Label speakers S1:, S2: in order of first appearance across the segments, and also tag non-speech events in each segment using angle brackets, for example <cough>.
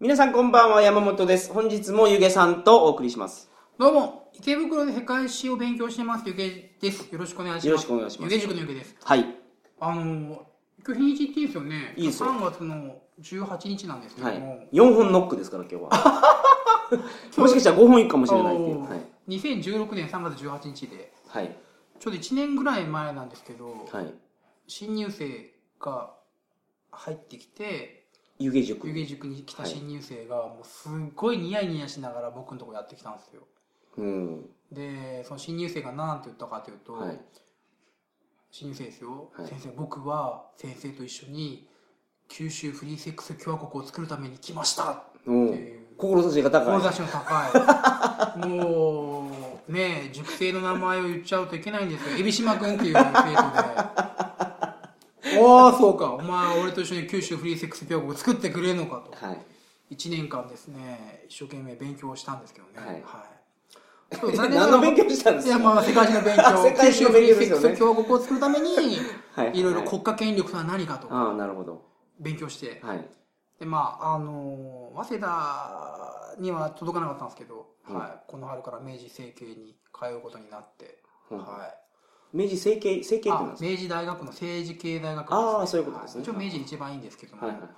S1: 皆さんこんばんは、山本です。本日もゆげさんとお送りします。
S2: どうも、池袋で世界史を勉強してます、ゆけです。よろしくお願いします。
S1: よろしくお願いします
S2: ゆけ塾のゆけです。
S1: はい。
S2: あのー、今日日にち言っていいですよね。
S1: いいですよ
S2: 3月の18日なんですけど
S1: はい
S2: も、。
S1: 4本ノックですから、今日は。 <laughs> もしかしたら5本いくかもしれないっていう。
S2: おー
S1: はい。
S2: 2016年3月18日で、
S1: はい。
S2: ちょうど1年ぐらい前なんですけど、
S1: はい。
S2: 新入生が入ってきて、
S1: 湯気塾
S2: 湯。気塾に来た
S1: はい
S2: 新入生が、もうすっごいニヤニヤしながら僕のとこやってきたんですよ。
S1: うん。
S2: で、その新入生が何て言ったかというと、
S1: はい。
S2: 新入生ですよ、
S1: はい
S2: 先生僕は先生と一緒に九州フリーセックス共和国を作るために来ました
S1: う
S2: っ
S1: ん
S2: ていう。
S1: 志が高い。
S2: 志の高
S1: <laughs>
S2: いもうねえ塾生の名前を言っちゃうといけないんですよ海老く君っていう生徒でおおそうかお前は俺と一緒に九州フリーセックス共和国を作ってくれるのかと
S1: はい。
S2: 1年間ですね一生懸命勉強をしたんですけどね
S1: はい
S2: いそう残念な
S1: <laughs> 何
S2: がら
S1: の勉強したんで
S2: い
S1: す
S2: や
S1: か
S2: まあ世界史の勉強、
S1: <laughs> 世界史の勉強ですよね
S2: 九州フリーセックス共和国を作るために
S1: <laughs> はいはい
S2: いろいろ国家権力とは何かと
S1: ああ、なるほど。
S2: 勉強して
S1: はい。
S2: でまああのー早稲田には届かなかったんですけど、
S1: うん
S2: はい、この春から明治政経に通うことになって、
S1: うん
S2: はい、
S1: 明治政経、政経ってなんで
S2: あ
S1: す
S2: 明治大学の政治系大学部
S1: あーそういうことですね
S2: は一応明治一番いいんですけど
S1: か
S2: も、
S1: はいはい。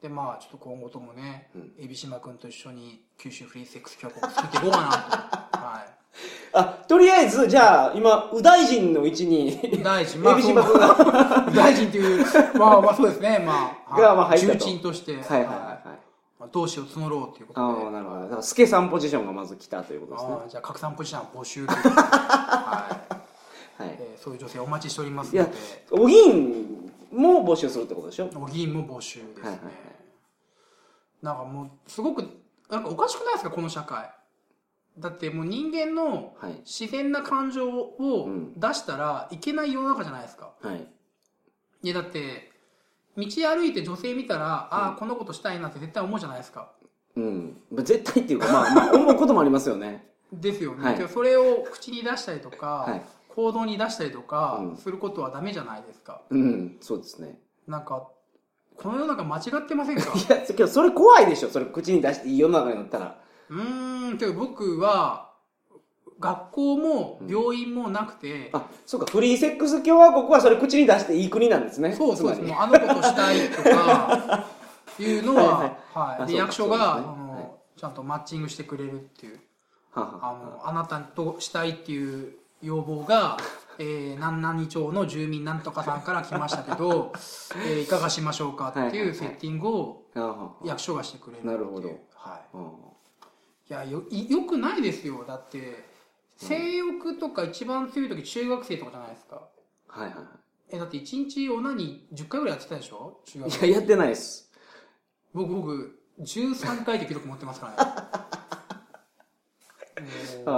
S2: でまあちょっと今後ともね
S1: うん
S2: 海老島君と一緒に九州フリーセックス共和国を作っていこうか
S1: <laughs>
S2: なと、はい
S1: あ、とりあえず、じゃあ、今、右大臣の位置に
S2: 大臣、まあ、
S1: 海
S2: そ
S1: 老
S2: う
S1: 島君
S2: 大臣っていう、まあまあそうですね、ま
S1: <laughs>
S2: あ、
S1: がまあ入った
S2: 重
S1: と
S2: 鎮として、
S1: <laughs> はいはいはいはい。
S2: まあ、同志を募ろうということで
S1: ああ、、なるほど。だから、助さんポジションがまず来たということ
S2: あーじゃあ、拡散ポジション募集と
S1: <laughs>
S2: いうことで、
S1: ですね。はい
S2: はい。えーそういう女性お待ちしております
S1: い
S2: の
S1: や
S2: で、、
S1: お議員も募集するってことでしょ
S2: お議員も募集ですね。
S1: はいはいはい
S2: なんかもう、すごく、なんかおかしくないですか、この社会。だってもう人間の
S1: はい。
S2: 自然な感情を
S1: うん
S2: 出したらいけない世の中じゃないですか。
S1: はい。
S2: いやだって道歩いて女性見たら、ああこんなことしたいなって絶対思うじゃないですか
S1: うん。まあ絶対っていうか、まあ、まあ、思うこともありますよね。 <laughs>
S2: ですよね、
S1: はい
S2: けどそれを口に出したりとか、
S1: はい
S2: 行動に出したりとか
S1: うん
S2: することはダメじゃないですか、
S1: うん、そうですね。
S2: なんかこの世の中間違ってま
S1: <laughs>
S2: せんか
S1: いや、けどそれ怖いでしょそれ口に出していい世の中になったら。
S2: うーんけど僕は学校も病院もなくて、
S1: あ、そうか、フリーセックス共和国はそれ口に出していい国なんですね。
S2: そうそうです
S1: つ
S2: もう
S1: ま
S2: あのことしたいとか
S1: <laughs>
S2: いうのは
S1: はい
S2: はい
S1: あそうか
S2: で役所が、
S1: そう
S2: あ
S1: ですね
S2: の
S1: はい
S2: ちゃんとマッチングしてくれるっていう
S1: りはは
S2: あの、あなたとしたいっていう要望が、 <laughs> えー、南々町の住民なんとかさんから来ましたけど、 <laughs> えーいかがしましょうかっていうセッティングを
S1: あはは
S2: 役所がしてくれるっていう。
S1: なるほど
S2: は
S1: うん
S2: い。いや、よ、いよくないですよ。だって、性欲とか一番強い時中学生とかじゃないですか。
S1: はいは
S2: え、だって一日オナニー10回ぐらいやってたでしょ中学
S1: い
S2: 生
S1: はい。いや、やってないです。
S2: 僕、僕、13回で記録持ってますから
S1: <laughs>
S2: ね。
S1: あ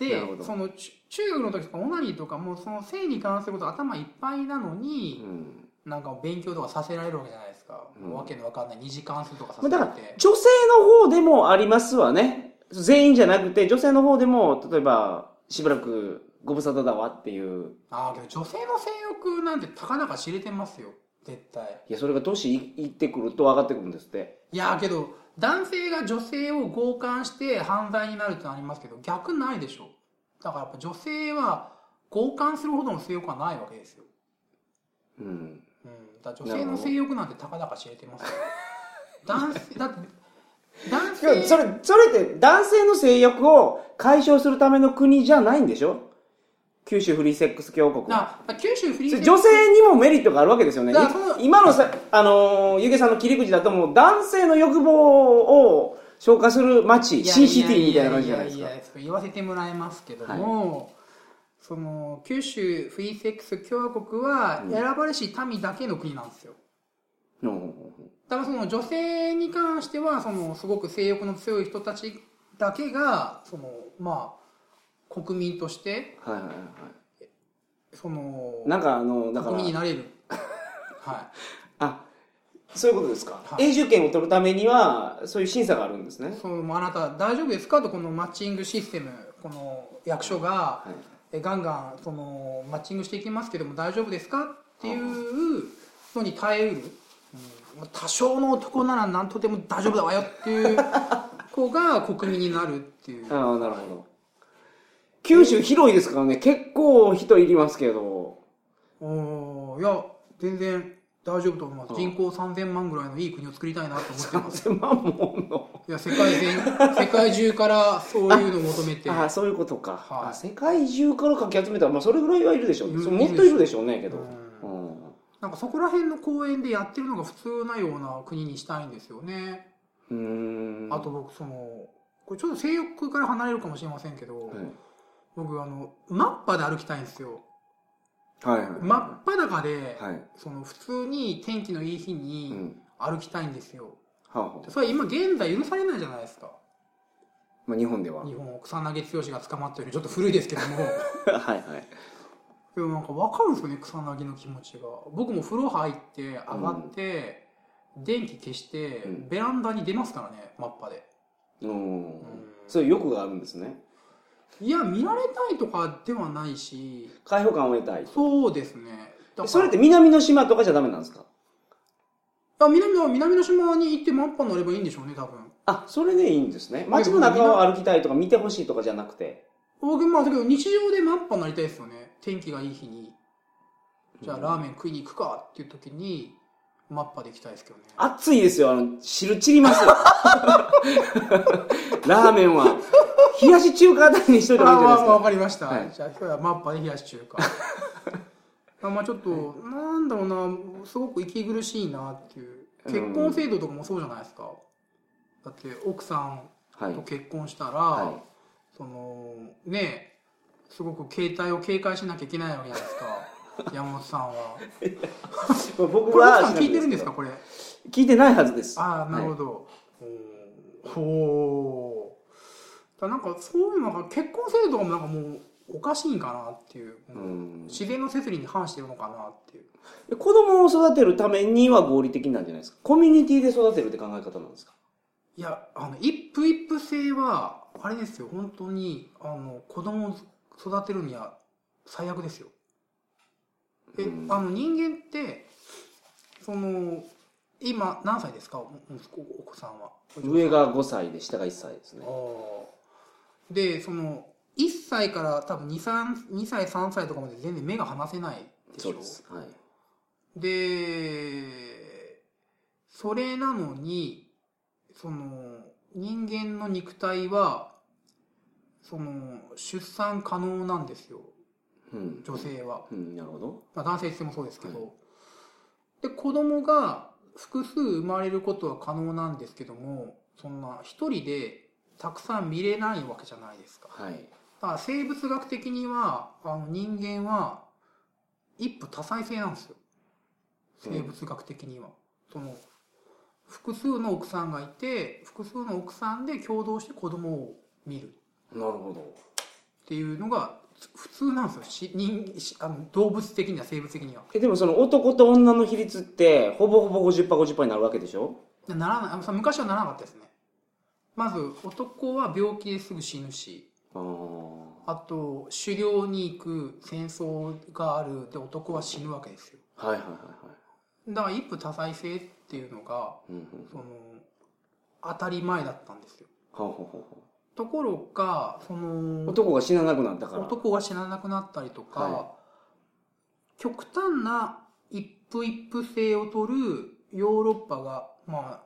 S1: な
S2: で
S1: るほど
S2: そのち中学の時とかオナニーとかもその性に関すること頭いっぱいなの
S1: う
S2: に、
S1: ん。
S2: なんか勉強とかさせられるわけじゃないですか、
S1: うん
S2: わけのわかんない2時間数とかさ
S1: まあ
S2: せ
S1: だから
S2: れ
S1: ら
S2: て、
S1: 女性の方でもありますわね。全員じゃなくて、女性の方でも、例えば、しばらくご無沙汰だわっていう。
S2: ああけど女性の性欲なんてたかだか知れてますよ絶対
S1: いや、それが年いいってくると上がってくるんですって。
S2: いやーけど男性が女性を強姦して犯罪になるってのありますけど逆ないでしょだからやっぱ女性は強姦するほどの性欲はないわけですよ、
S1: うん。
S2: うん、だから女性の性欲なんてたかだか知れてますよ男性
S1: <laughs>
S2: だって男
S1: それ、
S2: 性
S1: それって男性の性欲を解消するための国じゃないんでしょ九州フリーセックス共和国は。
S2: な九州フリー
S1: それ
S2: セックス
S1: 女性にもメリットがあるわけですよね。い
S2: だからその
S1: 今のさ、あのー、ゆげさんの切り口だともう男性の欲望を消化する街、シンシティみたいな感じじゃないですか。
S2: ややや言わせてもらいますけども、その九州フリーセックス共和国は選ばれし民だけの国なんですよ
S1: うんうんうん
S2: だからその女性に関してはそのすごく性欲の強い人たちだけがそのまあ国民として
S1: はいはいはいは
S2: その
S1: い。なんかあの、だか
S2: 国民に
S1: ら、
S2: なれ
S1: <laughs>
S2: るは
S1: あ、そういうことですか。
S2: はい
S1: 永住権を取るためには、そういう審査があるんです
S2: い
S1: ね。
S2: そのもうあなた大丈夫ですかとこのマッチングシステムこの役所が、
S1: はい。
S2: えガンガンそのマッチングしていきますけども大丈夫ですかっていうのに耐えうる、うん多少の男なら何とでも大丈夫だわよっていう子が国民になるっていう
S1: ああ、なるほど。九州広いですからね、結構人いりますけど。 <laughs>
S2: おーいや全然大丈夫と思います人口3000万ぐらいのいい国を作りたいなと思ってます
S1: 3000万もおんの。
S2: いや世界全 <laughs> 世界中からそういうのを求めて
S1: ああ、そういうことか。
S2: はい
S1: あ世界中からかき集めたら、まあ、それぐらいはいるでしょう、
S2: うん
S1: そうもっといるでしょうね、けど。
S2: う
S1: うん。
S2: なんかそこら辺の公園でやってるのが普通なような国にしたいんですよね、
S1: うーん。
S2: あと、僕そのこれちょっと性欲から離れるかもしれませんけど、
S1: は
S2: 僕あのマッパで歩きたいんですよ
S1: い。はい。
S2: 真っ裸で、
S1: はい。
S2: その普通に天気のいい日
S1: う
S2: に
S1: ん。
S2: 歩きたいんですよ、
S1: はあ、はあ
S2: それは今現在許されないじゃないですか
S1: まあ、日本では。は
S2: 日本草薙剛が捕まったよりちょっと古いですけど
S1: <laughs>
S2: も
S1: いはい。
S2: でもなんか分かるんですよね草薙の気持ちが僕も風呂入って上がって、電気消して、
S1: うん
S2: ベランダに出ますからねマッパで、
S1: うん
S2: う。ん
S1: そういう欲があるんですね。
S2: いや見られたいとかではないし
S1: 開放感を得たい。
S2: そうですねだから
S1: それって南の島とかじゃダメなんですか
S2: あ南の南の島に行ってマッパ乗ればいいんでしょうね多分
S1: あ、それでいいんですね。街の中を歩きたいとか見てほしいとかじゃなくて。
S2: 僕まあだけど日常でマッパなりたいですよね天気がいい日にじゃあ
S1: うん
S2: ラーメン食いに行くかっていう時にマッパで行きたいですけどね
S1: 暑いですよ。あの、汁散りますよ。 <laughs> ラーメンは。冷やし中華あたりにしといた方がいいんじゃないで
S2: ああ
S1: す
S2: 分
S1: か。
S2: かりました、
S1: はい
S2: じゃあ今日はマッパで冷やし中
S1: <laughs>
S2: 華あまあちょっと、なんだろうなすごく息苦しいなっていう結婚制度とかもそうじゃないですか、だって奥さん
S1: はい
S2: と。結婚したら、
S1: は
S2: そのねすごく携帯を警戒しなきゃいけないわけじゃないです
S1: <laughs>
S2: か山本さんは。
S1: い。僕
S2: これ
S1: は
S2: 奥さん聞いてるんですかこれ。
S1: 聞いてないはずです。
S2: ああなるほど、ほうだからなんかそういうのが結婚制度もなんかもうおかしいんかなっていう、
S1: はいうん
S2: 自然の摂理に反してるのかなっていう
S1: で子供を育てるためには合理的なんじゃないですか。コミュニティで育てるって考え方なんですか。
S2: いやあの一夫一夫制はあれですよ本当にあの子供を育てるには最悪ですよえ、
S1: うん
S2: あの人間ってその今何歳ですかお息子お子さんは
S1: 上が5歳で下が1歳ですね。
S2: でその1歳から多分 2, 3 2歳3歳とかまで全然目が離せないでしょ
S1: そうです。はい。
S2: でそれなのにその人間の肉体はその出産可能なんですよ
S1: うん。
S2: 女性は、
S1: うん、なるほど。
S2: まあ、男性ってもそうですけど、
S1: は
S2: で子供が複数生まれることは可能なんですけどもそんな一人でたくさん見れないわけじゃないですか
S1: はい。
S2: だから生物学的にはあの人間は一夫多妻制なんですよ
S1: うん
S2: 生物学的には、その複数の奥さんがいて複数の奥さんで共同して子供を見る
S1: なるほど。
S2: っていうのが普通なんですよし人しあの動物的には生物的には
S1: えでもその男と女の比率ってほぼほぼ 50%50% になるわけでしょ
S2: なならないあのさ昔はならなかったですねまず男は病気ですぐ死ぬし
S1: ああ
S2: あと狩猟に行く戦争があるで男は死ぬわけですよ
S1: はいはいはいはい
S2: だから一夫多妻制っていうのが
S1: うんうん
S2: その当たり前だったんですよ
S1: ほうほうほうほ
S2: ところがそうの
S1: 男が死ななくなったから
S2: 男が死ななくなったりとか、
S1: は
S2: 極端な一夫一夫制を取るヨーロッパがまあ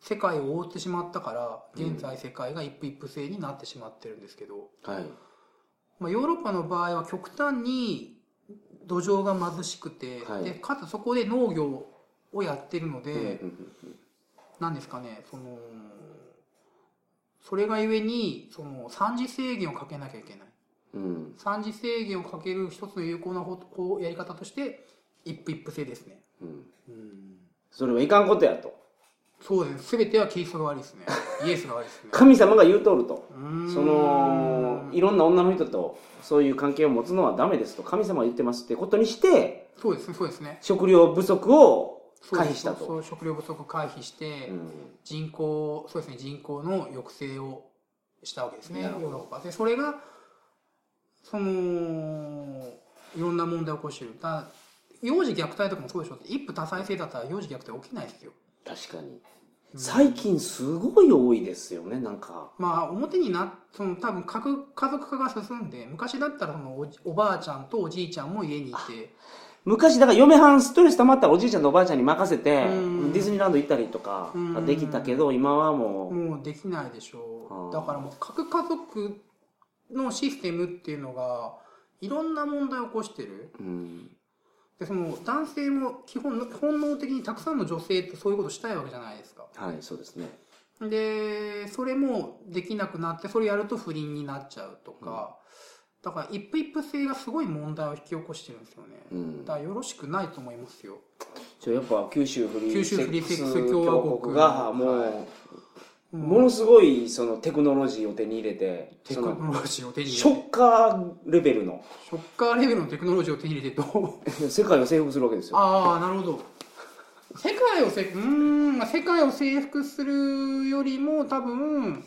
S2: 世界を覆ってしまったから現在世界が一夫一夫制になってしまってるんですけど、
S1: はい
S2: まあ、ヨーロッパの場合は極端に土壌が貧しくて、
S1: はい
S2: でかつそこで農業をやってるので、
S1: うんうん
S2: なんですかねそのそれがゆえにその三次制限をかけなきゃいけない
S1: うんうん
S2: 三次制限をかける一つの有効な方法やり方として一夫一夫制ですね
S1: うん
S2: うん
S1: それはいかんことやと
S2: そうですね全てはキリストが悪いで
S1: <laughs>
S2: すねイエスが悪いですね
S1: 神様が言うとると
S2: うーん
S1: そのいろんな女の人とそういう関係を持つのはダメですと神様は言ってますってことにして
S2: そうですねそうですね
S1: 食料不足を
S2: そう
S1: 回避した
S2: そうそ
S1: と
S2: う食料不足回避して、
S1: うん
S2: 人口そうですね人口の抑制をしたわけですね
S1: な
S2: ヨ
S1: るほ
S2: ー
S1: ど
S2: ロッパでそれがそのいろんな問題を起こしているだ幼児虐待とかもそうでしょ一夫多妻制だったら幼児虐待起きないですよ
S1: 確かに。最近すごい多いですよね、なんか。
S2: まあ表になその多分核家族化が進んで昔だったらそのおじおばあちゃんとおじいちゃんも家にいて
S1: 昔、だから嫁はんストレス溜まったらおじいちゃんとおばあちゃんに任せて、デ
S2: うん
S1: ィズニーランド行ったりとか
S2: うん
S1: ができたけど、今はも
S2: もうできないでし
S1: あー
S2: ょうだからもう核家族のシステムっていうのがいろんな問題を起こしてる
S1: う、うん、
S2: でその男性も基本本能的にたくさんの女性ってそういうことしたいわけじゃないですか
S1: はい、そうですね。
S2: でそれもできなくなってそれやると不倫になっちゃうとか、だから一夫一夫制がすごい問題を引き起こしてるんですよね、
S1: うん
S2: だからよろしくないと思いますよ
S1: ちょやっぱ九州フリー
S2: 九
S1: セ
S2: 州フリ
S1: ッ
S2: ー
S1: ク
S2: セック
S1: ス
S2: ス
S1: 共
S2: 共
S1: 和
S2: 和
S1: 国
S2: 国
S1: がもう、
S2: は
S1: ものすごいそのテクノロジーを手に入れて、
S2: テク
S1: その
S2: ノロジーを手に
S1: シ
S2: 入
S1: ョ
S2: れて
S1: ッカーレベルの <laughs>
S2: ショッカーレベルのテクノロジーを手に入れてどう
S1: 世界を征服するわけですよ。
S2: ああなるほど世界を征服うーんまあ世界を征服するよりも多分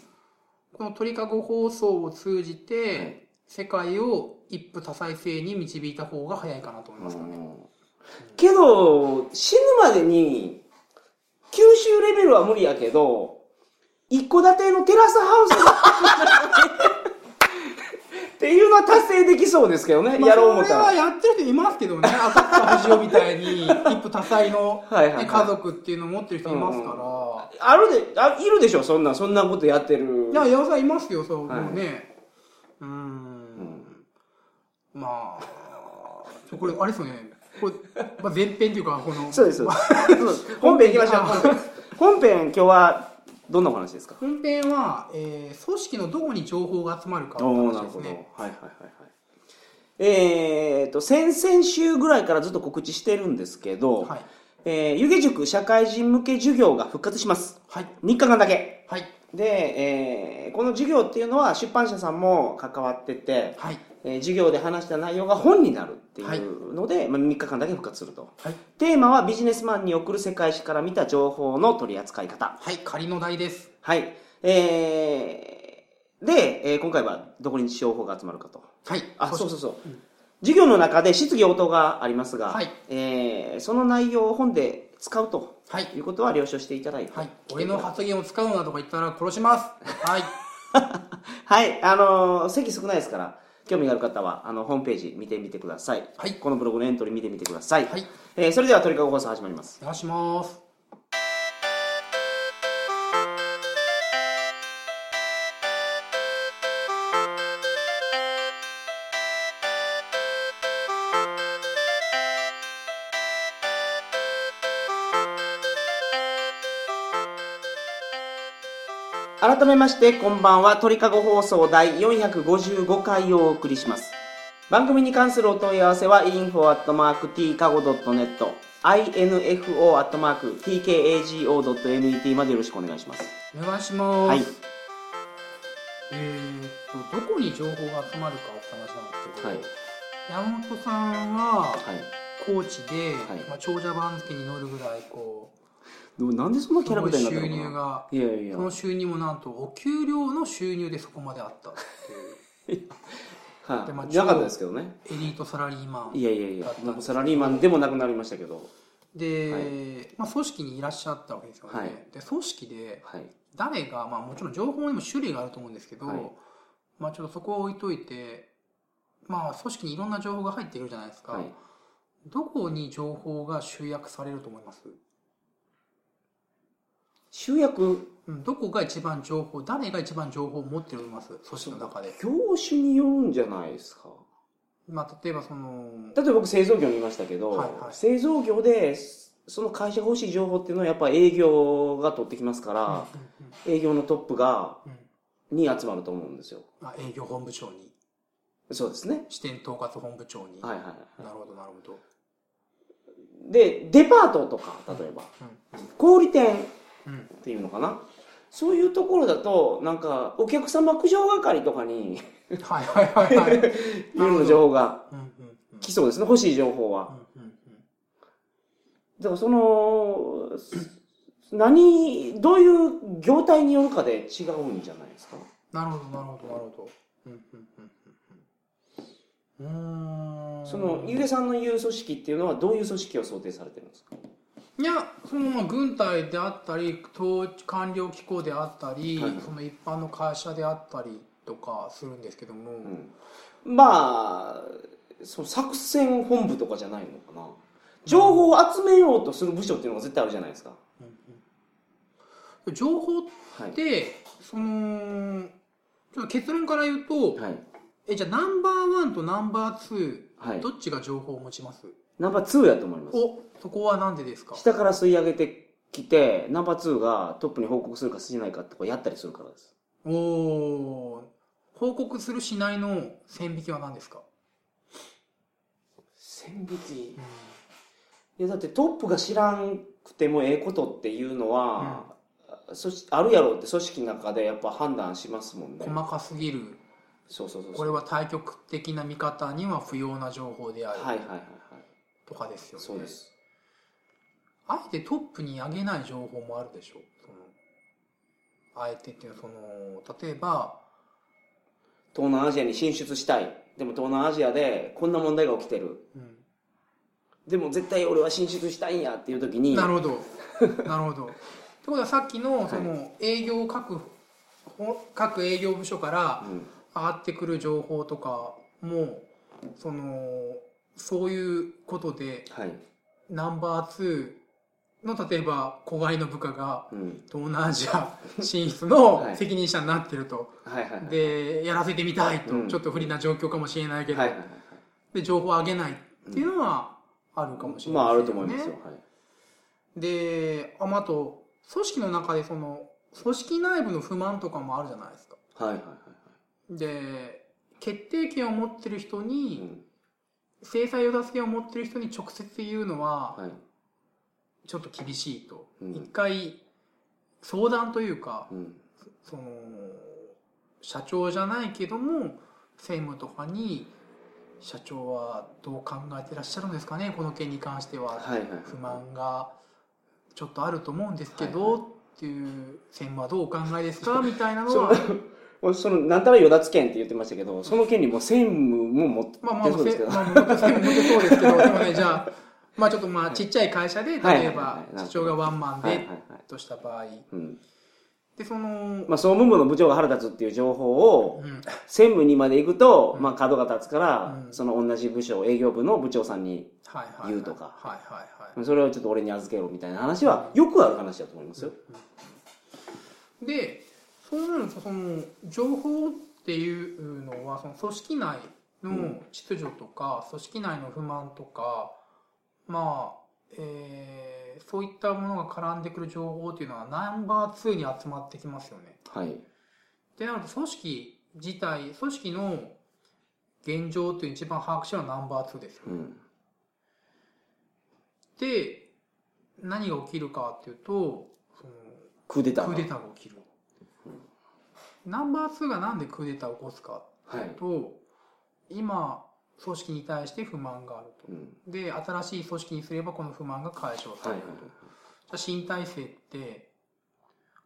S2: この鳥かご放送を通じて、
S1: はい
S2: 世界を一夫多妻制に導いた方が早いかなと思いますかね、
S1: けど死ぬまでに九州レベルは無理やけど一戸建てのテラスハウス <laughs> っていうのは達成できそうですけどね、
S2: まあ
S1: やろう思った
S2: そ
S1: ら
S2: れはやってる人いますけどね赤塚不二夫みたいに一夫多妻の、ね
S1: <laughs> はいはいはい
S2: 家族っていうのを持ってる人いますから、
S1: あるであいるでしょそんなそんなことやってる
S2: いや、矢尾さんいますよ、そう、
S1: はい
S2: もうね。うーん。まあ、ちょこれ、あれですよね。これ、まあ、前編というか、この。
S1: そうで
S2: <laughs>
S1: すそうです本編行きましょう本編今日はどんなお話ですか
S2: 本編は、えー組織のどこに情報が集まるかって
S1: おお
S2: 話
S1: なる
S2: です
S1: ほど、
S2: ね。
S1: はいはいはいはいえー、と先々週ぐらいからずっと告知してるんですけど、
S2: はい。
S1: えー、湯気塾社会人向け授業が復活します
S2: はい。
S1: 3日間だけ
S2: はい。
S1: で、えーこの授業っていうのは出版社さんも関わってて、
S2: はい。
S1: えー授業で話した内容が本になるっていうので、まあ、3日間だけ復活すると
S2: はい。
S1: テーマはビジネスマンに送る世界史から見た情報の取り扱い方
S2: はい。仮の題です。
S1: はいえー、で、えー今回はどこに情報が集まるかと
S2: はい。。
S1: あそうそううそう、
S2: ん
S1: 授業の中で質疑応答がありますが、
S2: はい
S1: えーその内容を本で使うと
S2: はい。
S1: いうことは了承していただいて
S2: はい。俺の発言を使うなとか言ったら殺します。はい。
S1: <laughs> はいあのー席少ないですから興味がある方はあのホームページ見てみてください、
S2: はい
S1: このブログのエントリー見てみてください、
S2: はい
S1: えーそれでは鳥かご放送始まります
S2: お願いします。
S1: 改めましてこんばんは鳥かご放送第455回をお送りします番組に関するお問い合わせは info.tkago.net info.tkago.net までよろしくお願いします
S2: お願いします。
S1: はい
S2: えーっと、どこに情報が集まるかって話なんですけど、
S1: はい
S2: 山本さんは
S1: はい
S2: 高知で、
S1: はい
S2: まあ、長者番付に乗るぐらいこ
S1: でもなんでそんな
S2: う
S1: キャラクターになった
S2: 収
S1: のかな
S2: 入が
S1: いやいやいや
S2: その収入もなんとお給料の収入でそこまであったってい
S1: はい、
S2: でまあ
S1: なかったですけどね
S2: うエリートサラリーマン
S1: いやいやいや
S2: だったんです
S1: もうサラリーマンでもなくなりましたけど
S2: で、
S1: は
S2: まあ、組織にいらっしゃったわけですよね、
S1: はい
S2: で組織で
S1: はい
S2: 誰が、まあ、もちろん情報にも種類があると思うんですけど、
S1: はい
S2: まあ、ちょっとそこは置いといて、まあ、組織にいろんな情報が入っているじゃないですか、
S1: はい
S2: どこに情報が集約されると思います、
S1: 集約
S2: うん、どこが一番情報誰が一番情報を持ってると思います組織の中で、
S1: 業種によるんじゃないですか
S2: まあ、例えばその
S1: 例えば僕製造業にいましたけど、
S2: はいはい
S1: 製造業でその会社が欲しい情報っていうのはやっぱ営業が取ってきますから、営業のトップが
S2: うんうん
S1: に集まると思うんですよ
S2: あ営業本部長に
S1: そうですね
S2: 支店統括本部長に、
S1: はいはいは
S2: なるほどなるほど、
S1: いでデパートとか例えば小売店
S2: うんうん、
S1: っていうのかなそういうところだとなんかお客様苦情係とかに
S2: はいはいはいはい、うん
S1: いろんな情報が
S2: うんうん
S1: 来そうですね欲しい情報は
S2: うんうんうん
S1: だからその何どういう業態によるかで違うんじゃないですか
S2: なるほどなるほどなるほど。うんうんうんうんうーん
S1: そのゆげさんの言う組織っていうのはどういう組織を想定されてるんですか
S2: いやそのまあ軍隊であったり統官僚機構であったり、
S1: はい
S2: その一般の会社であったりとかするんですけども、
S1: まあその作戦本部とかじゃないのかな情報を集めようとする部署っていうのが絶対あるじゃないですか、
S2: 情報っ
S1: はい
S2: て、そのちょっと結論から言うと、
S1: はい
S2: えじゃあナンバーワンとナンバーツ
S1: は
S2: ー
S1: い
S2: どっちが情報を持ちます、
S1: ナンバー2やと思います
S2: おそこはなんでですか
S1: 下から吸い上げてきてナンバー2がトップに報告するかしないかとかやったりするからです
S2: おー報告するしないの線引きは何ですか、
S1: 線引き
S2: うん
S1: いやだってトップが知らんくてもええことっていうのは、そしあるやろうって組織の中でやっぱ判断しますもんね
S2: 細かすぎる
S1: そうそうそうそう
S2: これは対極的な見方には不要な情報である、
S1: はいはいはいはい
S2: とかですよね
S1: そうです
S2: あえてトップに上げない情報もあるでしょそのあえてっていうのはその例えば
S1: 東南アジアに進出したいでも東南アジアでこんな問題が起きてる
S2: うん
S1: でも絶対俺は進出したいんやっていう時に
S2: なるほどなるほどってことはさっきのその営業各ほ各営業部署から
S1: うん
S2: 上がってくる情報とかもそのそういうことで
S1: はい、
S2: ナンバー2の例えば子飼いの部下が
S1: うん、
S2: 東南アジア進出
S1: は
S2: の
S1: い
S2: 責任者になってると、
S1: はいはいはい
S2: でやらせてみたいと、
S1: うん
S2: ちょっと不利な状況かもしれないけど、
S1: はいはいはい
S2: で情報を上げないっていうのはあるかもしれ
S1: ま
S2: ない
S1: ああると思いますよ、はい、
S2: であまああと組織の中でその組織内部の不満とかもあるじゃないですか
S1: はいはいは
S2: で決定権を持ってる人
S1: いはい、う
S2: に、
S1: ん
S2: 制裁を出す権を持ってる人に直接言うのは
S1: はい
S2: ちょっと厳しいと、
S1: うん
S2: 一回相談というか、
S1: うん
S2: その社長じゃないけども専務とかに社長はどう考えてらっしゃるんですかねこの件に関しては
S1: はいはいはい
S2: 不満がちょっとあると思うんですけど、
S1: はい
S2: っていう専務はどうお考えですかみたいなの
S1: そ
S2: は
S1: の俺そのなんたら与奪権って言ってましたけどその権利も専務も持って
S2: まあまあ、
S1: そうです
S2: せ
S1: けど、
S2: まあ、元専務もそうですけどでもねじゃあまあちょっとまあちっちゃい会社で
S1: はい
S2: 例えば
S1: はいはいはい
S2: 社長がワンマン
S1: はいはい
S2: で
S1: はい
S2: とした場合
S1: うん
S2: でその、
S1: まあ、総務部の部長が腹立つっていう情報を
S2: うん
S1: 専務にまで行くと、
S2: うん
S1: まあ、角が立つから、
S2: うん
S1: その同じ部署営業部の部長さんに
S2: はいはいはい
S1: 言うとか
S2: はいはいはい
S1: それをちょっと俺に預けろみたいな話はよくある話だと思いますよ、
S2: でそうなるとその情報っていうのはその組織内の秩序とか、組織内の不満とかまあ、えーそういったものが絡んでくる情報っていうのはナンバー2に集まってきますよね。
S1: はい
S2: ってなると組織自体組織の現状っていうのを一番把握してるのはナンバー2ですよね。
S1: うん
S2: で何が起きるかっていうとその
S1: クーデター
S2: ク
S1: が
S2: ーデターが起きる、ナンバー2がなんでクーデターを起こすか
S1: はい、
S2: と今組織に対して不満があると
S1: うん
S2: で新しい組織にすればこの不満が解消さ
S1: はい
S2: れ
S1: はい
S2: ると、じゃあ新体制って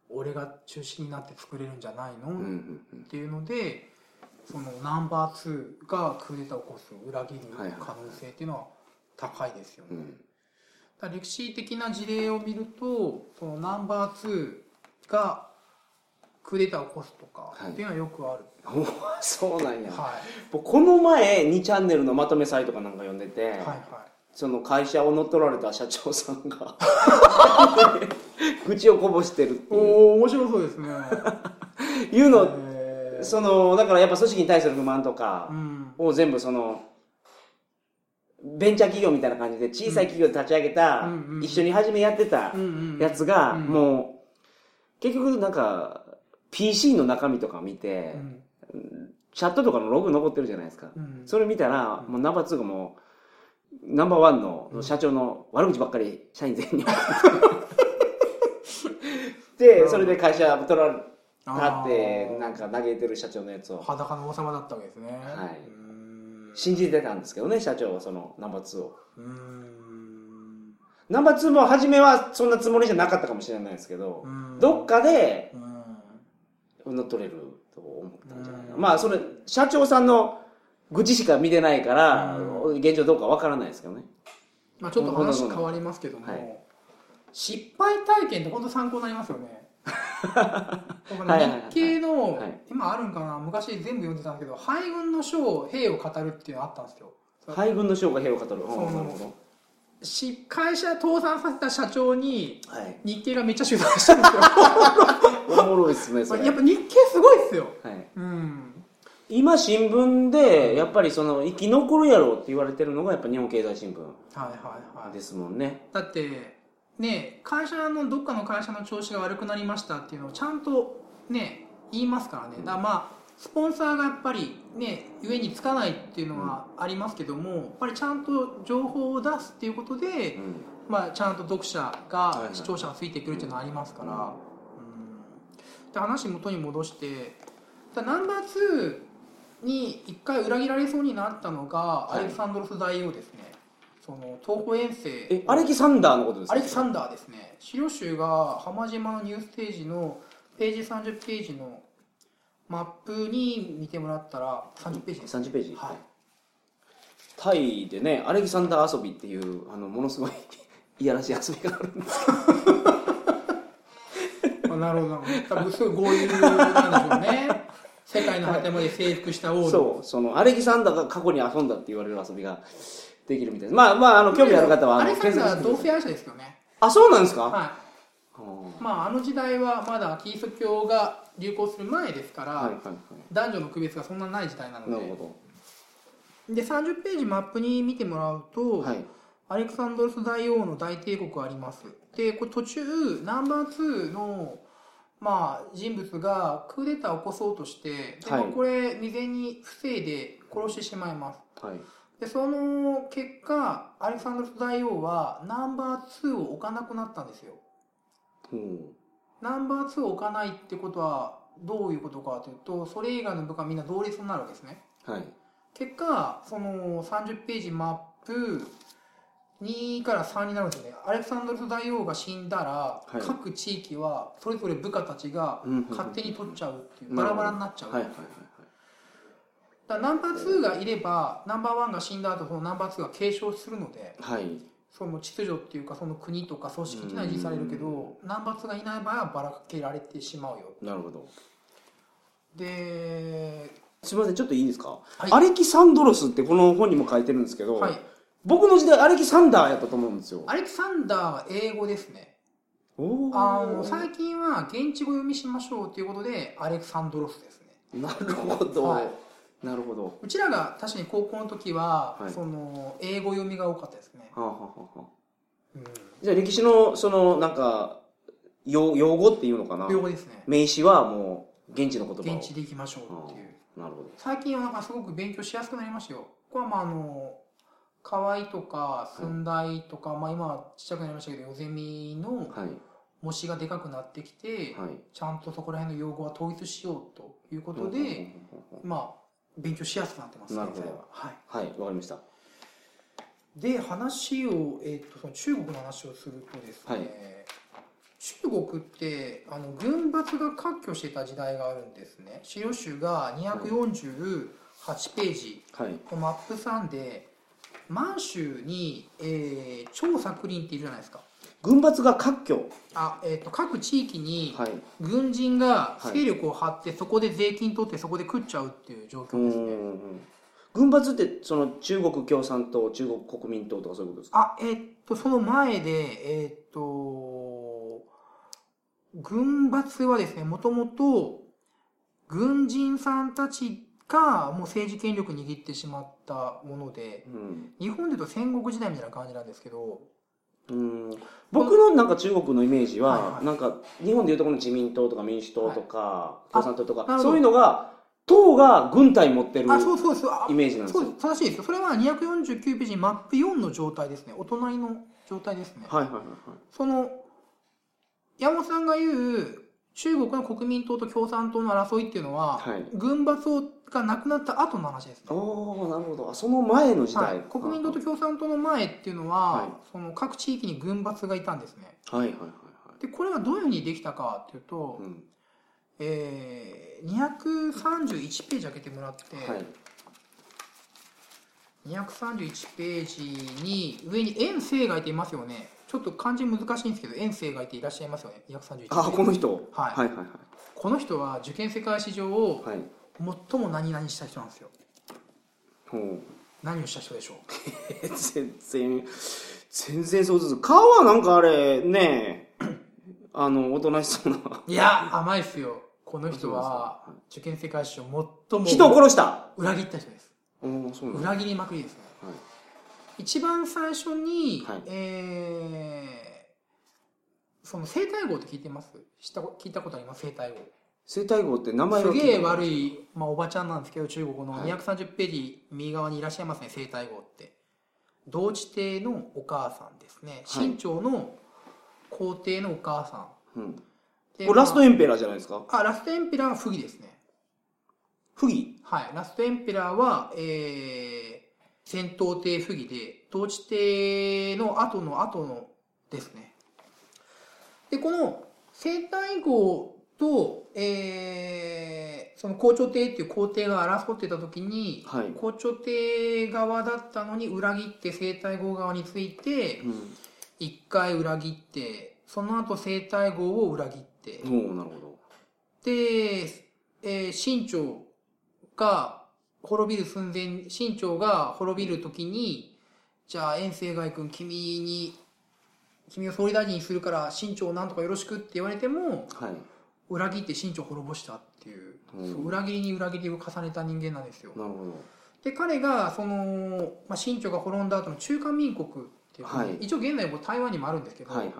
S2: 俺が中心になって作れるんじゃないの、
S1: うんう
S2: っ
S1: んうん <laughs>
S2: ていうのでそのナンバー2がクーデターを起こす裏切る
S1: はいはい
S2: 可能性っていうのは高いですよね、
S1: うん
S2: だから歴史的な事例を見るとそのナンバー2がクーデターを起こすとか
S1: はい
S2: っていうのはよくある、
S1: おそうなんや、
S2: は
S1: 僕この前2チャンネルのまとめサイトかなんか読んでて、
S2: い、はいは
S1: その会社を乗っ取られた社長さんが <laughs> 愚痴をこぼしてるって
S2: い
S1: いう
S2: おお面白そうですね
S1: いうのを
S2: えー
S1: そのだからやっぱ組織に対する不満とか
S2: うん
S1: を全部そのベンチャー企業みたいな感じで小さい企業で立ち上げた、
S2: うんうんうん
S1: 一緒に初めやってた
S2: うんうん
S1: やつが、
S2: うん
S1: もう結局なんか PC の中身とか見て
S2: う、ん
S1: チャットとかのログ残ってるじゃないですか、
S2: うん
S1: それ見たら、もうナンバー2がもうナンバーワンの社長の悪口ばっかり社員全
S2: <laughs>
S1: 員にでそれで会社取られたって
S2: あー
S1: なんか嘆いてる社長のやつを
S2: 裸の王様だったわけですね
S1: はいう
S2: ーん
S1: 信じてたんですけどね社長はそのナンバー2を
S2: うーん
S1: ナンバー2も初めはそんなつもりじゃなかったかもしれないですけど
S2: う、ん
S1: どっかで
S2: うん
S1: 乗っ取れると思ったんじゃないかな、
S2: うん
S1: まあそれ社長さんの愚痴しか見てないから、現状どうかわからないですけどね。
S2: まあ、ちょっと話変わりますけども、
S1: はい
S2: 失敗体験って本当参考になります
S1: <laughs>
S2: よね。僕
S1: はいはいはい
S2: ね日系の、
S1: はい
S2: 今あるんかな昔全部読んでたんですけど敗軍の書を兵を語るっていうのがあったんですよ。
S1: 敗軍の将が兵を語る。
S2: そう
S1: うん
S2: な
S1: なんる
S2: で
S1: ほ
S2: す
S1: ど。
S2: し会社倒産させた社長に
S1: はい。
S2: 日系がめっちゃ取材したん
S1: <laughs>
S2: です
S1: おもろいですね、そ
S2: よ。
S1: れ。
S2: やっ
S1: は
S2: ぱ日系すごいっすよ。
S1: い。
S2: うん。
S1: 今新聞で、やっぱりその、生き残るやろうって言われてるのが、やっぱ日本経済新聞
S2: はいはいはい。
S1: ですもんね。
S2: だってね会社のどっかの会社の調子が悪くなりましたっていうのをちゃんとね言いますからねだからまあスポンサーがやっぱりね上につかないっていうのはありますけども、やっぱりちゃんと情報を出すっていうこと
S1: う
S2: で、
S1: ん。
S2: まあ、ちゃんと読者が、
S1: いはい
S2: 視聴者がついてくるっていうのはありますから、うん、で話元に戻してだナンバー2に一回裏切られそうになったのが
S1: はい
S2: アレクサンドロス大王ですね、その東方遠征
S1: え、アレキサンダーのことですか
S2: アレキサンダーですね資料集が浜島のニュースページのページ30ページのマップに見てもらったら30ページです、
S1: 30ページ。
S2: はい、
S1: タイでね、アレキサンダー遊びっていう、あの、ものすごい <laughs> いやらしい遊びがあるんです。
S2: あなるほどなるほど多分すごい豪遊なんでしょうね <laughs> 世界の果てまで征服した王の
S1: そう、その、アレキサンダーが過去に遊んだって言われる遊びができるみたいです。まあまあ、あの、興味ある方は、
S2: ア
S1: あ
S2: レ
S1: の、
S2: キサンダーは
S1: 検索してみてください
S2: 同性愛者ですよね
S1: あ、そうなんですか
S2: は
S1: はい
S2: まああの時代はまだキリスト教が流行する前ですから、
S1: いはいは。
S2: 男女の区別がそんなない時代ないの
S1: な
S2: で
S1: るほ
S2: で30ページマップに見てもらうと、
S1: ど。はい。
S2: アレクサンドロス大王の大帝国ありますでこれ途中ナンバー2の、まあ、人物がクーデターを起こそうとしてで、
S1: はい
S2: まあこれ未然に防いで殺してしまいます
S1: はい。
S2: でその結果アレクサンドロス大王はナンバー2を置かなくなったんですよ
S1: うん。
S2: ナンバー2を置かないってことはどういうことかというとそれ以外の部下みんな同列になるわけですね
S1: はい。
S2: 結果その30ページマップ2から3になるんですよねアレクサンドロス大王が死んだら、
S1: い
S2: 各地域はそれぞれ部下たちが
S1: うんうんうんうん
S2: 勝手に取っちゃうっていう、
S1: な
S2: バ
S1: るほ
S2: ラ
S1: ど
S2: バラになっちゃう、
S1: はいはい
S2: だ
S1: はい
S2: からナンバー2がいればナンバー1が死んだ後そのナンバー2が継承するので
S1: はい。はい。
S2: その秩序っていうかその国とか組織っていうのは維持されるけどナンバー2がいない場合はばらけられてしまうよ
S1: なるほど。
S2: です
S1: みません、ちょっといいですか、
S2: はい
S1: アレキサンドロスってこの本にも書いてるんですけど、
S2: はい
S1: 僕の時代アレキサンダーやったと思うんですよ。
S2: アレキサンダーは英語ですね
S1: おー
S2: あの最近は現地語読みしましょうということでアレクサンドロスですね
S1: なるほど、
S2: はい
S1: なるほど。は
S2: うちらが確かに高校の時は、
S1: はい
S2: その英語読みが多かったですね、
S1: あ、はあはあはあ、
S2: うん、
S1: じゃあ歴史の、その、なんか、用用語っていうのかな
S2: 英語ですね
S1: 名詞はもう、現地の言葉を。
S2: 現地で行きましょうっていう
S1: なるほど。
S2: 最近はなんかすごく勉強しやすくなりましたよここはまああの河合とか寸大とか、まあ今はちっちゃくなりましたけどヨゼミの
S1: はい。
S2: 模試がでかくなってきて、
S1: はい。
S2: ちゃんとそこら辺の用語は統一しようということで、
S1: ほうほうほうほ
S2: まあ勉強しやすくなってますね
S1: なるほど
S2: それははいう
S1: はい、わかりました。
S2: で話を、えー、とその中国の話をするとですね、
S1: はい
S2: 中国ってあの軍閥が割拠してた時代があるんですね資料集が248ページ
S1: はい。
S2: のマップ3で満州に、えー、張作霖っているじゃないですか
S1: 軍閥が割拠。
S2: あ、えー、と各地域に
S1: はい。
S2: 軍人が勢力を張ってそこで税金取ってそこで食っちゃうっていう状
S1: う
S2: 況ですね、
S1: んうん。軍閥って、その、中国共産党、中国国民党とかそういうことですか
S2: あ、えっと、その前で、えっと、軍閥はですね、もともと、軍人さんたちがもう政治権力握ってしまったもので、
S1: うん。
S2: 日本で言うと戦国時代みたいな感じなんですけど、
S1: うん僕のなんか中国のイメージ
S2: はいは
S1: は、
S2: い
S1: なんか日本でいうとこの自民党とか民主党とか
S2: い
S1: 共産党と
S2: あなる
S1: か、
S2: ほど
S1: そういうのが、党が軍隊持ってる
S2: あ、そうそうそう、あ
S1: イメージなんです
S2: そ
S1: よ
S2: う。、正しいですよ。それは249ページマップ4の状態ですね。お隣の状態ですね。
S1: はいはいはい
S2: その、山本さんが言う、中国の国民党と共産党の争いっていうのは、
S1: はい。はい。
S2: 軍閥がなくなった後の話ですね。
S1: おー、なるほど。あ、その前の時
S2: は
S1: 代。、
S2: い国民党と共産党の前っていうのは、
S1: はい
S2: その各地域に軍閥がいたんですね。
S1: はいはいはいはい。
S2: でこれはどういうふうにできたかっていうと、
S1: うん
S2: えー、231ページ開けてもらって、
S1: はい。
S2: 231ページに上に遠征がいていますよねちょっと漢字難しいんですけど遠征がいていらっしゃいますよね231
S1: あこの人、
S2: はい
S1: はいはい
S2: この人は受験世界史上を
S1: はいはい
S2: 最も何々した人なんですよ
S1: ほう
S2: 何をした人でしょう
S1: <laughs> え全然全然想像する顔はなんかあれね <coughs> えあのおとなしそうない
S2: や甘いっすよこの人は受験生会史上最も
S1: 人を殺した
S2: 裏切った人です
S1: おおそうなんだ
S2: 裏切りまくりですね
S1: はい
S2: 一番最初に、
S1: はい
S2: えーその生体号って聞いてますしたこ聞いたことあります生体号
S1: 生体号って名前
S2: す
S1: は聞いた
S2: げえ悪い、まあ、おばちゃんなんですけど中国の
S1: はい
S2: 230ページ右側にいらっしゃいますね生体号って同地帝のお母さんですね
S1: はい
S2: 清朝の皇帝のお母さん、
S1: うん、
S2: で
S1: これラスト
S2: ま
S1: エンペラーじゃないですか
S2: ああラストエンペラーは不義ですね
S1: 不義
S2: はい、ラストエンペラーは、えー、戦闘帝不義で、統治帝の後の後のですね。で、この生体号と、えー、その校長帝っていう皇帝が争ってた時に、
S1: はい
S2: 校長帝側だったのに裏切って生体号側について
S1: う、ん
S2: 一回裏切って、その後生体号を裏切って、
S1: おおなるほど
S2: で、えー、清朝が滅びる寸前、清朝が滅びる時に、じゃあ遠征外君君に、君を総理大臣にするから清朝をなんとかよろしくって言われても、
S1: はい
S2: 裏切って清朝を滅ぼしたっていう、
S1: うん
S2: そう裏切りに裏切りを重ねた人間なんですよ。
S1: なるほど
S2: で、彼が、その、まあ、清朝が滅んだ後の中華民国っていうかね、
S1: はい
S2: 一応現在もう台湾にもあるんですけど、
S1: はいはい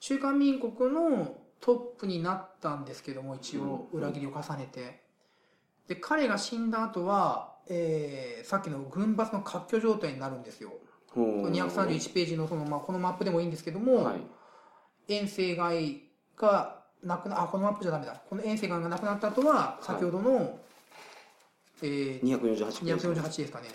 S2: 中華民国のトップになったんですけども一応
S1: うん
S2: 裏切りを重ねて、で彼が死んだ後は、えーさっきの軍閥の割拠状態になるんですよ
S1: ほう
S2: 231ページのその、まあ、このマップでもいいんですけども、
S1: はい
S2: 遠征外がなくなあこのマップじゃダメだこの遠征外がなくなった後は先ほどの、え
S1: 248
S2: ー
S1: ページ
S2: 248ですかね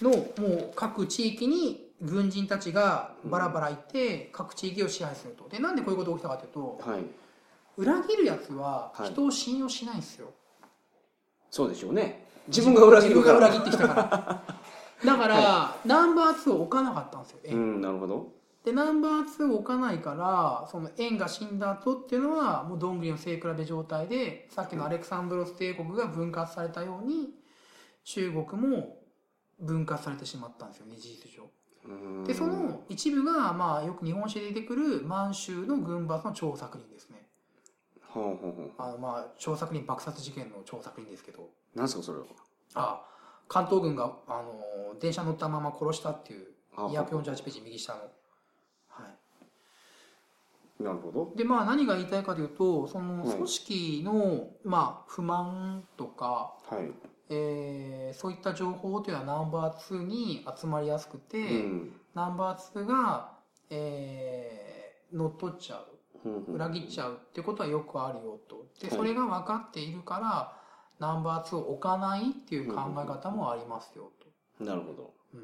S2: のもう各地域に軍人たちがバラバラいて各地域を支配するとでなんでこういうことが起きたかというと
S1: はい
S2: 裏切るやつは
S1: はい
S2: 人を信用しないんですよ、
S1: そうでしょうね自分が裏切るから
S2: 自分が裏切ってきたからだから、ナンバー2を置かなかったんですよ、円
S1: うんなるほど
S2: でナンバー2を置かないからその円が死んだ後っていうのはもうどんぐりの背比べ状態でさっきのアレクサンドロス帝国が分割されたように中国も分割されてしまったんですよね事実上
S1: うん
S2: でその一部がまあよく日本史で出てくる満州の軍閥の張作霖ですね
S1: ほうほうほう
S2: あのまあ張作霖爆殺事件の張作霖ですけど
S1: なんすかそれは
S2: あ関東軍があの電車乗ったまま殺したっていう
S1: あ
S2: 248ページ右下のはい
S1: なるほど
S2: でまあ何が言いたいかというとその
S1: はい
S2: 組織の、まあ、不満とか、
S1: はい
S2: えーそういった情報というのはナンバー2に集まりやすくて、
S1: うん
S2: ナンバー2が、えー乗っ取っちゃう裏切っち
S1: ゃ
S2: ゃうってことはよくあるよとで
S1: はい
S2: それが分かっているから、ナンバー2を置かないっていう考え方もありますよと。
S1: うんなるほど
S2: うん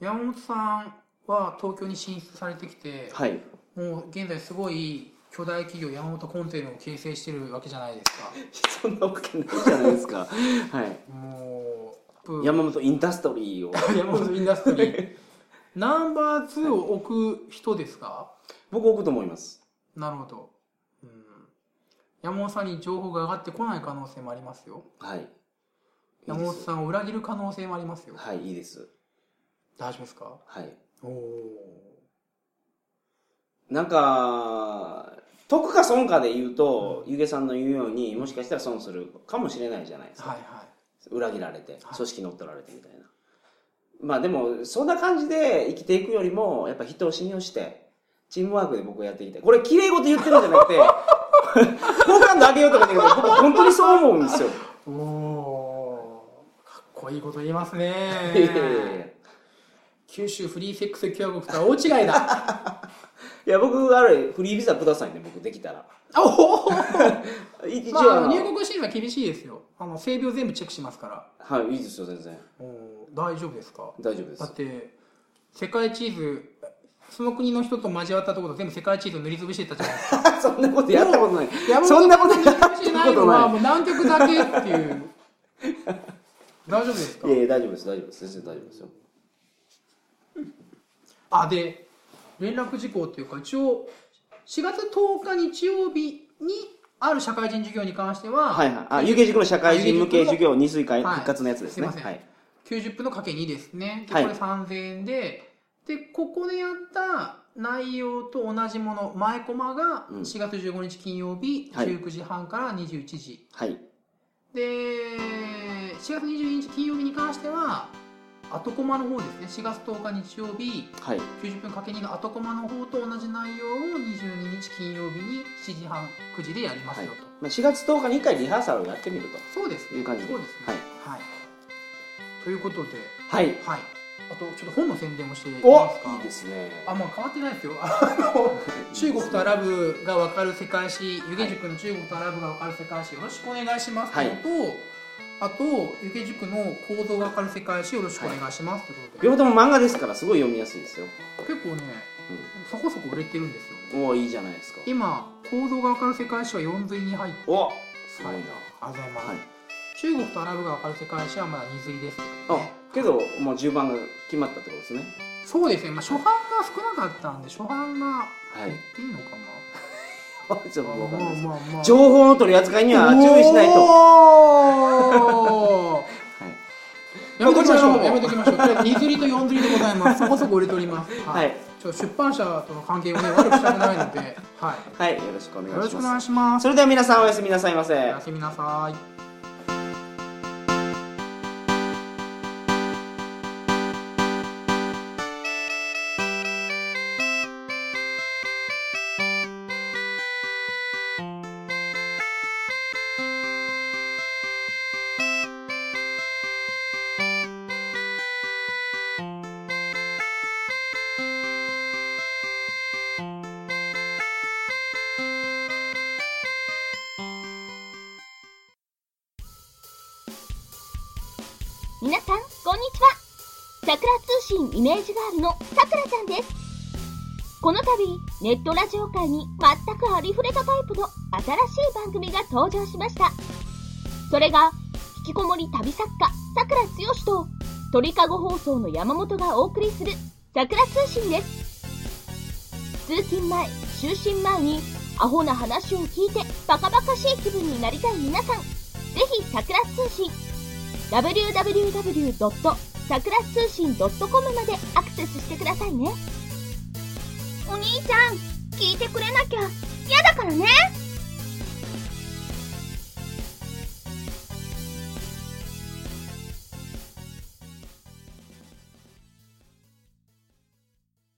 S2: 山本さんは東京に進出されてきて、
S1: はい <laughs>
S2: もう現在すごい巨大企業山本コンテナを形成してるわけじゃないですか
S1: そんなわけないじゃないです
S2: <laughs>
S1: かはい
S2: もうプー
S1: 山本インダストリーを
S2: 山本インダストリーナンバー2を置く人ですか
S1: 僕置くと思います
S2: なるほど、うん、山本さんに情報が上がってこない可能性もありますよ
S1: はいいいです
S2: 山本さんを裏切る可能性もありますよ
S1: はいいいです
S2: 大丈夫ですか
S1: はい
S2: おお
S1: なんか得か損かで言うと、ゆげさんの言うようにもしかしたら損するかもしれないじゃないですか、
S2: はいはい
S1: 裏切られて
S2: はい
S1: 組織乗っ取られてみたいな、まあでもそんな感じで生きていくよりもやっぱ人を信用してチームワークで僕はやっていきたいこれ綺麗事言ってるんじゃなくて <laughs> 好感度上げようとかだけど僕本当にそう思うんですよ
S2: おおーかっこいいこと言いますね
S1: いやいやいやいや
S2: 九州フリーセックス共和国とは大違いだ
S1: いや僕あれフリービザくださいね僕できたら
S2: おお
S1: い一応
S2: まあ、あ
S1: あ
S2: の
S1: の
S2: 入国審査厳しいですよあの性病全部チェックしますから
S1: はいいいですよ全然
S2: 大丈夫ですか
S1: 大丈夫で
S2: だっ
S1: す
S2: て世界地図その国の人と交わったところ全部世界地図塗りつぶしてたじゃないです
S1: <laughs>
S2: か
S1: そんなことやったことない
S2: 山本
S1: <laughs> そんなこと
S2: さ
S1: や
S2: ん
S1: った
S2: が塗りつぶしてない
S1: こ
S2: の
S1: と
S2: は
S1: ない
S2: もう南極だけっていう大丈夫です
S1: <laughs>
S2: か
S1: いやいや、大丈夫です、大丈夫です。全然大丈夫ですよ。
S2: あで連絡事項っていうか一応4月10日日曜日にある社会人授業に関しては、
S1: はいはい。あ、有形塾の社会人向け授業二水
S2: はい
S1: 会復活のやつですね。
S2: いません
S1: はい。
S2: 90分のかけ2ですねでこ
S1: はい
S2: れ3000円で、でここでやった内容と同じもの前コマが
S1: うん
S2: 4月15日金曜日、
S1: はい
S2: 19時半から21時
S1: はい。
S2: で4月22日金曜日に関しては後コマの方ですね4月10日日曜日
S1: はい。
S2: 90分かけ2の後コマの方と同じ内容を22日金曜日に7時半9時でやりますよと、
S1: まあ、4月10日に1回リハーサルをやってみると。
S2: そうですね
S1: いう感じで
S2: そうですねはい、ということで
S1: はい。
S2: はいあとちょっと本の宣伝もしていいです
S1: お
S2: か
S1: いいですね。
S2: あまあ変わってないですよあの中国とアラブが分かる世界史湯気塾の中国とアラブが分かる世界史よろしくお願いしますと、
S1: はい
S2: あと湯気塾の構造が分かる世界史よろしくお願いしますということで、
S1: 両方とも漫画ですから、すごい読みやすいですよ。
S2: 結構ねそこそこ売れてるんですよね
S1: うん、おお、いいじゃないですか。
S2: 今構造が分かる世界史は4髄に入って
S1: おすごいな。
S2: ありがとうございます、
S1: はい
S2: 中国とアラブが分かる世界史はまだ2髄ですけど、
S1: あ
S2: ね、、
S1: けど、もう10番が決まったってことですね。
S2: そうですね、まあ、初版が少なかったんで初版が
S1: は
S2: 言
S1: い <laughs>
S2: っ。ていいのかな、
S1: あちょっとわかんないです。
S2: まあまあ
S1: 情報の取り扱いには注意しないと。は
S2: お
S1: い。
S2: ーやめときましょう
S1: こちらの方も
S2: やめときましょうとりあえず2釣りと4釣りでございますそこそこ売れておりますは
S1: はい。
S2: ちょっと出版社との関係をね悪くしたくないので、は
S1: はい。よろしくお
S2: い、
S1: 願
S2: よ
S1: い
S2: ろし
S1: し
S2: くお願
S1: ま
S2: い
S1: す。
S2: します
S1: それでは皆さんおやすみなさいませ。
S2: おやすみなさい
S3: 皆さんこんにちは桜通信イメージガールのさくらちゃんですこの度ネットラジオ界に全くありふれたタイプの新しい番組が登場しましたそれが引きこもり旅作家さくらつよしと鳥かご放送の山本がお送りする桜通信です通勤前就寝前にアホな話を聞いてバカバカしい気分になりたい皆さんぜひ桜通信 www. さくら通信 .com までアクセスしてくださいねお兄ちゃん聞いてくれなきゃ嫌だからね